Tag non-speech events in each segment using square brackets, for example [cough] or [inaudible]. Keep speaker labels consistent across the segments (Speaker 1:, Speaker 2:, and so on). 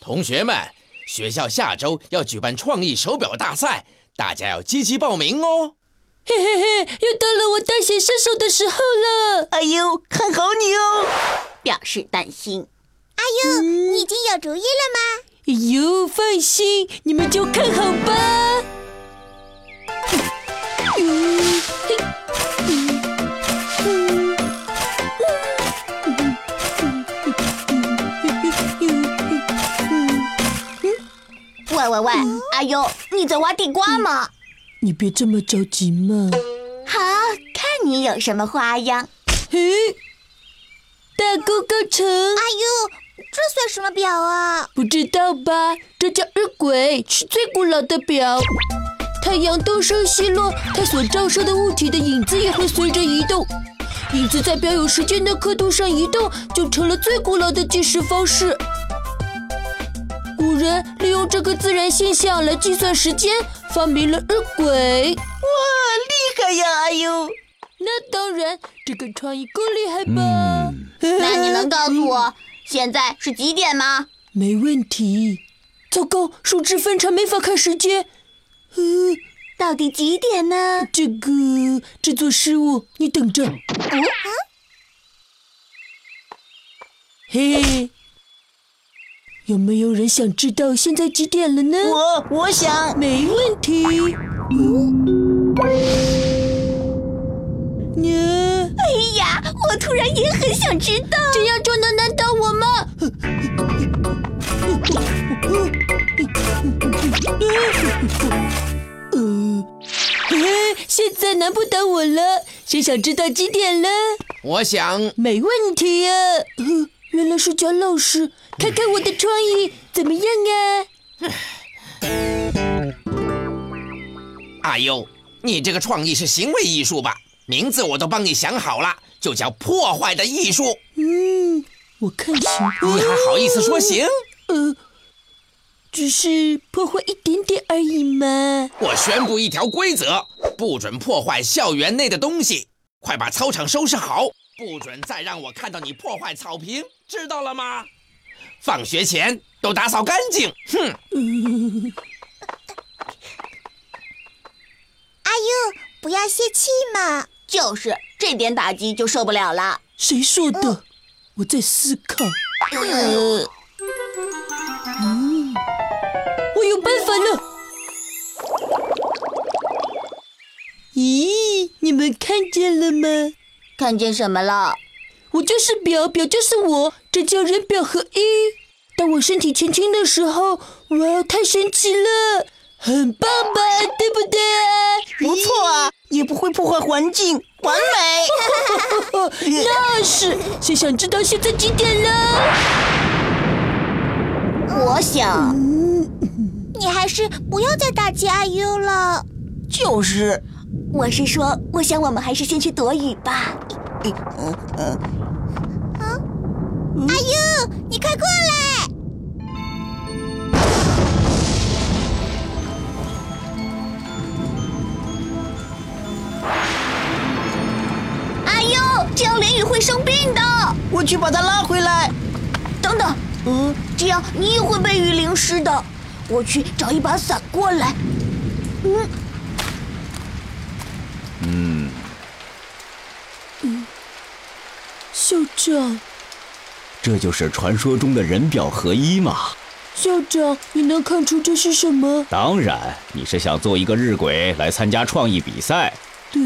Speaker 1: 同学们，学校下周要举办创意手表大赛，大家要积极报名哦。
Speaker 2: 嘿嘿嘿，又到了我大显身手的时候了。
Speaker 3: 哎呦，看好你哦！嗯
Speaker 4: 表示担心。
Speaker 5: 阿优，你已经有主意了吗？
Speaker 2: 哎呦，放心，你们就看好吧。
Speaker 4: 喂喂喂，阿优，你在挖地瓜吗？
Speaker 2: 你别这么着急嘛。
Speaker 4: 好，嗯看你有什么花样。
Speaker 2: 嘿，大功告成，
Speaker 5: 阿优，这算什么表啊？
Speaker 2: 不知道吧？这叫日晷，是最古老的表。太阳东升西落，它所照射的物体的影子也会随着移动。影子在表有时间的刻度上移动，就成了最古老的计时方式。古人利用这个自然现象来计算时间，发明了日晷。
Speaker 3: 厉害呀，哎呦！
Speaker 2: 那当然，这个创意够厉害吧？
Speaker 4: [laughs] 那你能告诉我现在是几点吗？
Speaker 2: 没问题。糟糕，数值分叉没法看时间。嗯，
Speaker 4: 到底几点呢？
Speaker 2: 这个制作失误，你等着。嘿，有没有人想知道现在几点了呢？
Speaker 3: 我我
Speaker 4: 哎
Speaker 3: 想，
Speaker 2: 没问题。你、
Speaker 4: 哎呀，我突然也很想知道。
Speaker 2: 这样就能难倒我吗？呃，嘿现在难不倒我了。谁想知道几点了？
Speaker 1: 我想，
Speaker 2: 没问题呀、啊。呃原来是蒋老师，看看我的创意怎么样啊？
Speaker 1: 阿优，哎你这个创意是行为艺术吧？名字我都帮你想好了，就叫破坏的艺术。
Speaker 2: 嗯，我看行。
Speaker 1: 你还好意思说行？
Speaker 2: 呃，只是破坏一点点而已嘛。
Speaker 1: 我宣布一条规则，不准破坏校园内的东西。快把操场收拾好，不准再让我看到你破坏草坪，知道了吗？放学前都打扫干净。哼，
Speaker 5: 阿优，不要泄气嘛！
Speaker 4: 就是这点打击就受不了了。
Speaker 2: 谁说的？我在思考。
Speaker 4: 呃，
Speaker 2: 我有办法了！咦，你们看见了吗？
Speaker 4: 看见什么了？
Speaker 2: 我就是表，表就是我，这叫人表合一。当我身体前倾的时候，哇，太神奇了，很棒吧？对不对 [laughs] 啊？
Speaker 3: 不错啊，也不会破坏环境，完美。
Speaker 2: 哦，那是。谁想知道现在几点了？
Speaker 4: 我想，
Speaker 5: 你还是不要再打击阿优了。
Speaker 3: 就是，
Speaker 4: 我是说，我想我们还是先去躲雨吧。
Speaker 3: 呃
Speaker 4: 啊
Speaker 5: 阿优，你快过来！
Speaker 4: 阿优，这样淋雨会生病的。
Speaker 3: 我去把它拉回来。
Speaker 4: 等等，
Speaker 3: 嗯，
Speaker 4: 这样你也会被雨淋湿的。我去找一把伞过来。嗯，
Speaker 2: 校长，
Speaker 6: 这就是传说中的人表合一嘛。
Speaker 2: 校长，你能看出这是什么？
Speaker 6: 当然，你是想做一个日晷来参加创意比赛，
Speaker 2: 对，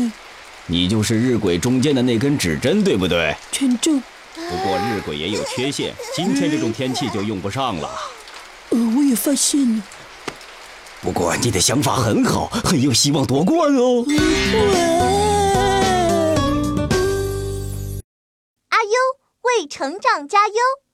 Speaker 6: 你就是日晷中间的那根指针，对不对？
Speaker 2: 全中。
Speaker 6: 不过日晷也有缺陷，今天这种天气就用不上了。
Speaker 2: 呃，我也发现了。
Speaker 6: 不过你的想法很好，很有希望夺冠哦。
Speaker 2: 哇！
Speaker 5: 阿优为成长加油。